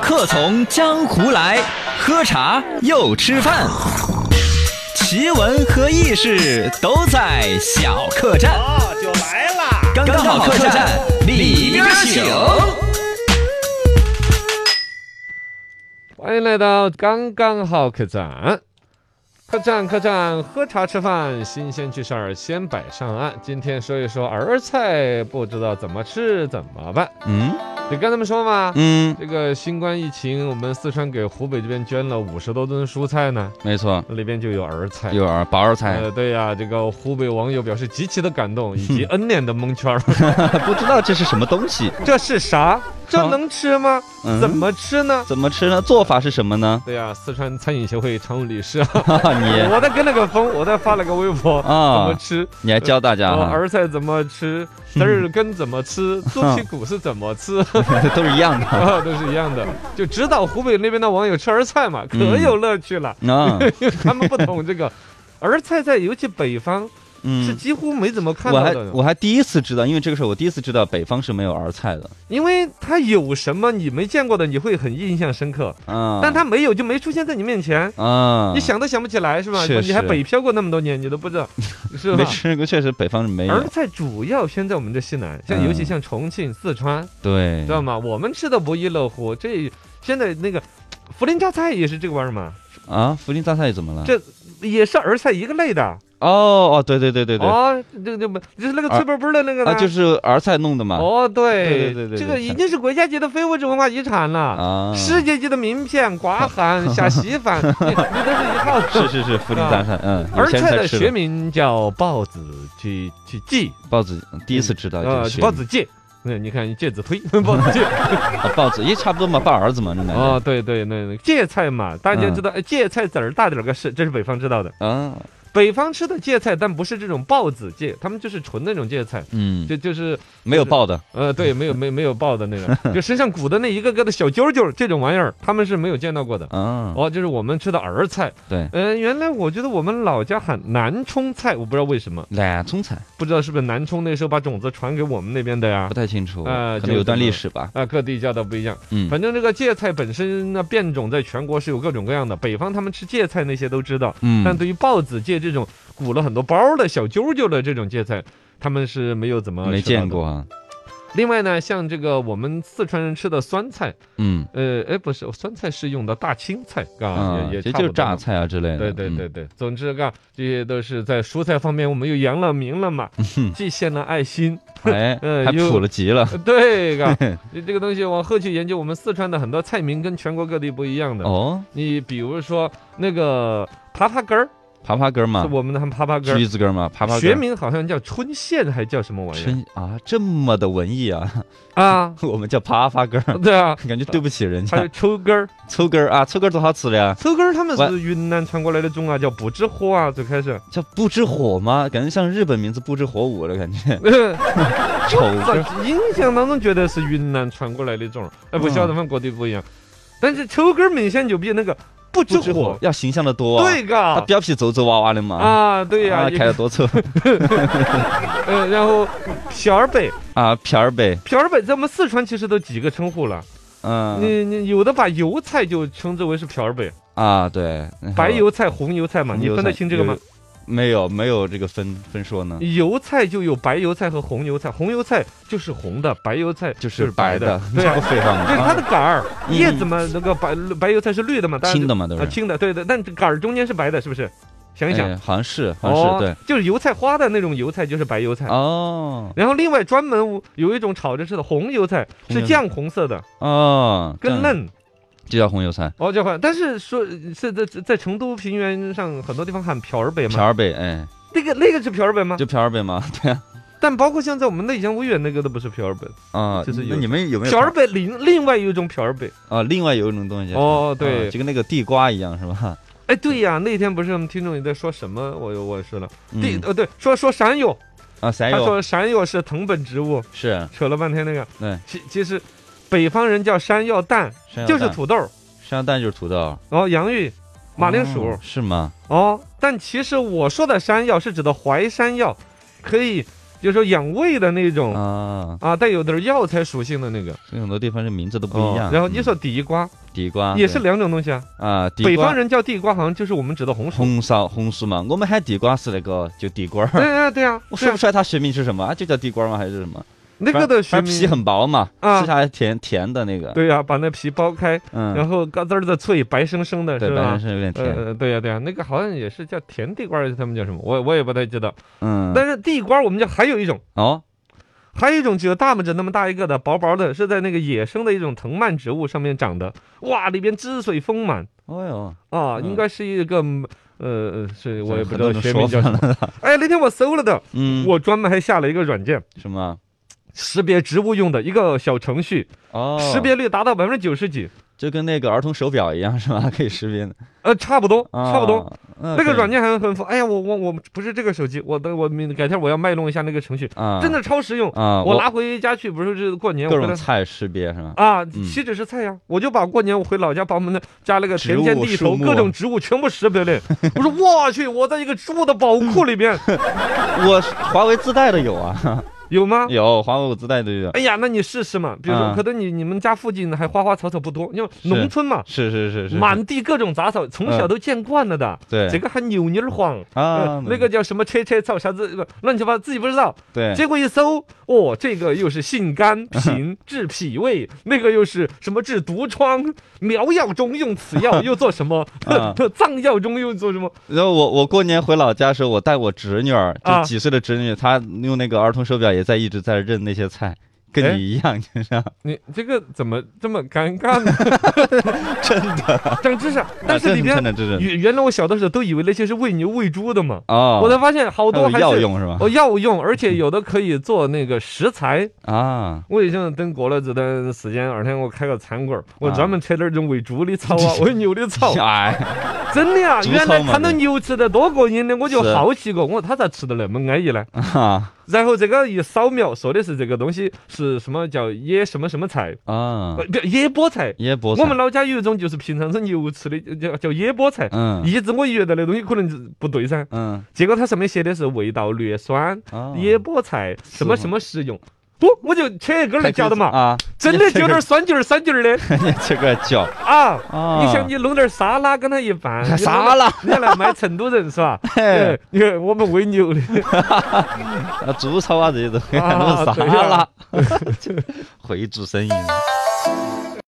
客从江湖来，喝茶又吃饭，奇闻和异事都在小客栈。哦，就来啦！刚刚好客栈，里边请。欢迎来到刚刚好客栈。客栈，客栈，喝茶吃饭，新鲜趣事儿先摆上岸。今天说一说儿菜，不知道怎么吃怎么办。嗯你跟他们说嘛，嗯，这个新冠疫情，我们四川给湖北这边捐了五十多吨蔬菜呢，没错，里边就有儿菜。幼儿包菜，嗯呃，对呀、这个湖北网友表示极其的感动，以及 N 脸的蒙圈 儿。 不知道这是什么东西。这是啥？这能吃吗？嗯怎么吃呢？怎么吃呢？做法是什么呢？ 对呀、四川餐饮协会常务理事啊，哈哈，你我在跟了个风，我在发了个微博，啊嗯怎么吃，你还教大家然后哈，儿菜怎么吃，折耳根怎么吃，猪蹄骨是怎么吃， 都是一样的。啊，都是一样的，就指导湖北那边的网友吃儿菜嘛，可嗯有乐趣了， 啊，因为他们不懂这个。儿菜在尤其北方是嗯，几乎没怎么看我到还的，我还第一次知道，因为这个事儿我第一次知道北方是没有儿菜的。因为它有什么你没见过的，你会很印象深刻，啊，但它没有就没出现在你面前。啊，你想都想不起来是吧？确你还实北漂过那么多年，你都 不知道，是吧没？吃过，确实北方是没儿有。菜主要偏在我们的西南，像嗯尤其像重庆、四川，对，知道吗？我们吃的不亦乐乎。这现在那个涪陵榨菜也是这个玩意儿嘛，啊，福建榨菜怎么了？这也是儿菜一个类的。哦哦，对对对对对，哦，这这不就是那个脆啵啵的那个啊，呢？就是儿菜弄的嘛。哦，对对对对对这个对已经是国家级的非物质文化遗产了，啊，世界级的 名片、刮函、下洗碗，你你都是一套是是是，福建榨菜，嗯，儿以前啊菜才的吃学名叫孢子去去荠，包子，嗯第一次知道呃这，孢个子芥。 那你看芥子 推，孢子芥啊，包子也差不多嘛，抱儿子嘛，那感哦觉。，对对，那那芥菜嘛，大家知道，哎芥菜籽儿大点儿个是，这是北方知道的。啊，北方吃的芥菜，但不是这种孢子芥，他们就是纯那种芥菜，嗯，就就是没有爆的，呃，对，没有没没有孢的那个，就身上鼓的那一个个的小揪揪，这种玩意儿他们是没有见到过的。啊，哦，就是我们吃的儿菜。对，嗯、原来我觉得我们老家喊南充菜，我不知道为什么，懒葱菜不知道是不是南充那时候把种子传给我们那边的呀不？太清楚，呃可就能有段这么历史吧。啊，各地叫的不一样。嗯反正这个芥菜本身呢，变种在全国是有各种各样的。北方他们吃芥菜那些都知道，但嗯，对于孢子芥这种鼓了很多包的小揪揪的这种芥菜，他们是没有怎么没哦吃到见的。过啊。另外呢，像这个我们四川人吃的酸菜，嗯，呃，哎，不是酸菜是用的大青菜，啊，啊，也也其实差就是不多榨嘛。菜啊之类的。对对嗯对，对，总之嘎，这些都是在蔬菜方面，我们又扬了名了嘛，嗯既献了爱心， 哎，嗯还又普了级 了。呃 对嘎，这个东西往后去研究，我们四川的很多菜名跟全国各地不一样的。哦，你比如说那个爬爬根儿，爬爬根儿嘛是，我们的喊爬爬根橘儿，子根儿嘛，啊爬爬根学儿。名好像叫春线，还叫什么玩意春啊，这么的文艺啊， 儿啊？ 我们叫爬爬根儿，对啊，感觉对不起人还有家。抽 根儿，抽根儿啊，抽根儿多好吃的呀，抽根儿他们完是云南传过来的种啊，叫不知火啊，最 开始。叫不知火吗？感觉像日本名字不知火舞的感 觉。丑根儿在印象当中觉得是云南传过来的种儿，哎，嗯不晓得，反正各地不一样。但是抽根儿明显就比那个不知不知火火，要形象的多啊。对它嘎。膘皮皱皱哇哇的嘛。啊，对呀、啊，也开的多 臭呃，然后小儿北，啊，片儿呗。小儿北在我们四川其实都几个称呼了，嗯你你有的把油菜就称之为是瓢儿北，啊，对，然后白油菜、红油菜嘛，红你油分得菜清这个吗？没有没有这个分分说呢，油菜就有白油菜和红油菜，红油菜就是红的，白油菜就就是是白的的，，对这不啊。废话吗？对它的杆儿，嗯叶子嘛，那个白白油菜是绿的嘛，啊当然青的嘛都啊，是。青的，对的，但杆儿中间是白的，是不是？想一想，哎，好像是，好像哦是，对。，就是油菜花的那种油菜，就是白油菜。哦然后另外专门有一种炒着吃的红油菜，红油是菜酱红色的，哦，更这样嫩。就叫红油菜，哦，叫换，但是说呃是在在在成都平原上很多地方喊瓢儿北瓢嘛，儿呗，哎，那个那个是瓢儿北吗？就瓢儿呗 嘛，对啊。但包括像在我们内江乌岳那个都不是瓢儿北，啊，就是那有你们有没有瓢儿北另另外有一种瓢儿北。啊？另外有一种东西，啊哦，对，就跟那个地瓜一样，是吧？哎对呀，那天不是我们听众也在说什么，我我说了，地嗯呃对，说说山药，啊，山他药说山药是藤本植物，是扯了半天那个，对，其其实北方人叫山药蛋，山药就是蛋土豆儿，山药蛋就是土豆，然后洋芋、马铃薯哦是吗？哦但其实我说的山药是指的淮山药，可以。就是说养胃的那种啊，啊，带有点药材属性的那个。哦所以很多地方这名字都不一样。然后你嗯说地瓜地瓜也是对两种东西啊，啊，地北瓜方人叫地瓜，好像就是我们指的红薯。红烧红薯嘛，我们喊地瓜是那个就地瓜哎儿，哎，对啊， 我对说啊不出来它学名是什么，啊就叫地瓜吗还是什么？那个的学反正皮名。很薄嘛，啊吃下来甜甜的那个，对呀、把那皮剥开，嗯，然后嘎吱儿的脆，白生生的，对，是本身吧？是有点甜，呃，对呀、对呀、那个好像也是叫甜地瓜，还是他们叫什么？我我也不太知道。嗯，但是地瓜我们家还有一种，哦，还有一种只有大拇指那么大一个的，薄薄的，是在那个野生的一种藤蔓植物上面长的，哇，里边汁水丰满哦哟，啊，嗯应该是一个。嗯呃，是我也不知很多道种学名说叫法什么。哎，那天我搜了的，嗯，我专门还下了一个软件，什么？啊识别植物用的一个小程序，哦，识别率达到百分之九十几，就跟那个儿童手表一样是吧？可以识别的，呃，差不多，啊差不多。。那那个软件还很丰，哎呀，我我我不是这个手机，我等我明改天我要卖弄一下那个程序，啊，真的超实用。啊，我拿回家去，不是这过年各我回种来菜识别是吧？啊，岂止是菜呀、我就把过年我回老家把我们的家那个田间地植物树头木啊各种植物全部识 别了。我说我去，我在一个植物的宝库里边我华为自带的有啊， 有吗？有华为我自带的有，哎呀，那你试试嘛。比如说，啊可能你你们家附近还花花草草不多，因为农村嘛，是是是是，满地各种杂草，从小都见惯了的。对这个还扭泥儿黄啊呃那个叫什么车车草啥子，不乱七八糟自己不知道。对，结果一搜，哦，这个又是 性甘平治脾胃，那个又是什么治 毒疮，苗药中用此药，又做什么啊？ 藏药中又做什么？然后我我过年回老家的时候，我带我侄女儿，啊就几岁的侄女，她用那个儿童手表也在一直在认那些菜，跟哎你一样，你知道吗？你这个怎么这么尴尬呢？ 真的，啊长知识，啊但是里真边的真的真的原原来我小的时候都以为那些是喂牛喂猪的嘛，哦，我才发现好还多有还药是用啊是吧？哦药用，而且有的可以做那个食材。啊，我已经等过了这段时间，二天我开个餐馆儿，我啊专门吃点儿这种喂猪的草 啊，喂牛的草，哎，真的呀，煮原来草嘛看到对牛吃的多过瘾的，我就是好奇过，我说他咋吃的那么安逸呢？啊然后这个一扫描，说的是这个东西是什么叫野什么什么菜，啊呃，不野菠菜。椰菠菜，我们老家有一种就是平常是牛吃的，叫叫野菠菜。嗯一直我以为那那东西可能是不对噻，嗯结果它上面写的是味道略酸，啊野菠菜什么是吗什么食用。不，我就切一根来嚼的嘛，啊，真的就有点酸劲儿酸劲 儿的这个叫啊。啊，你想你弄点沙拉跟他一拌，你弄点啥哎了？你看来买成都人是吧？嘿对，你看我们喂牛的，啊， 猪草啊这些东西，啊弄啥 对呀了？回族生意了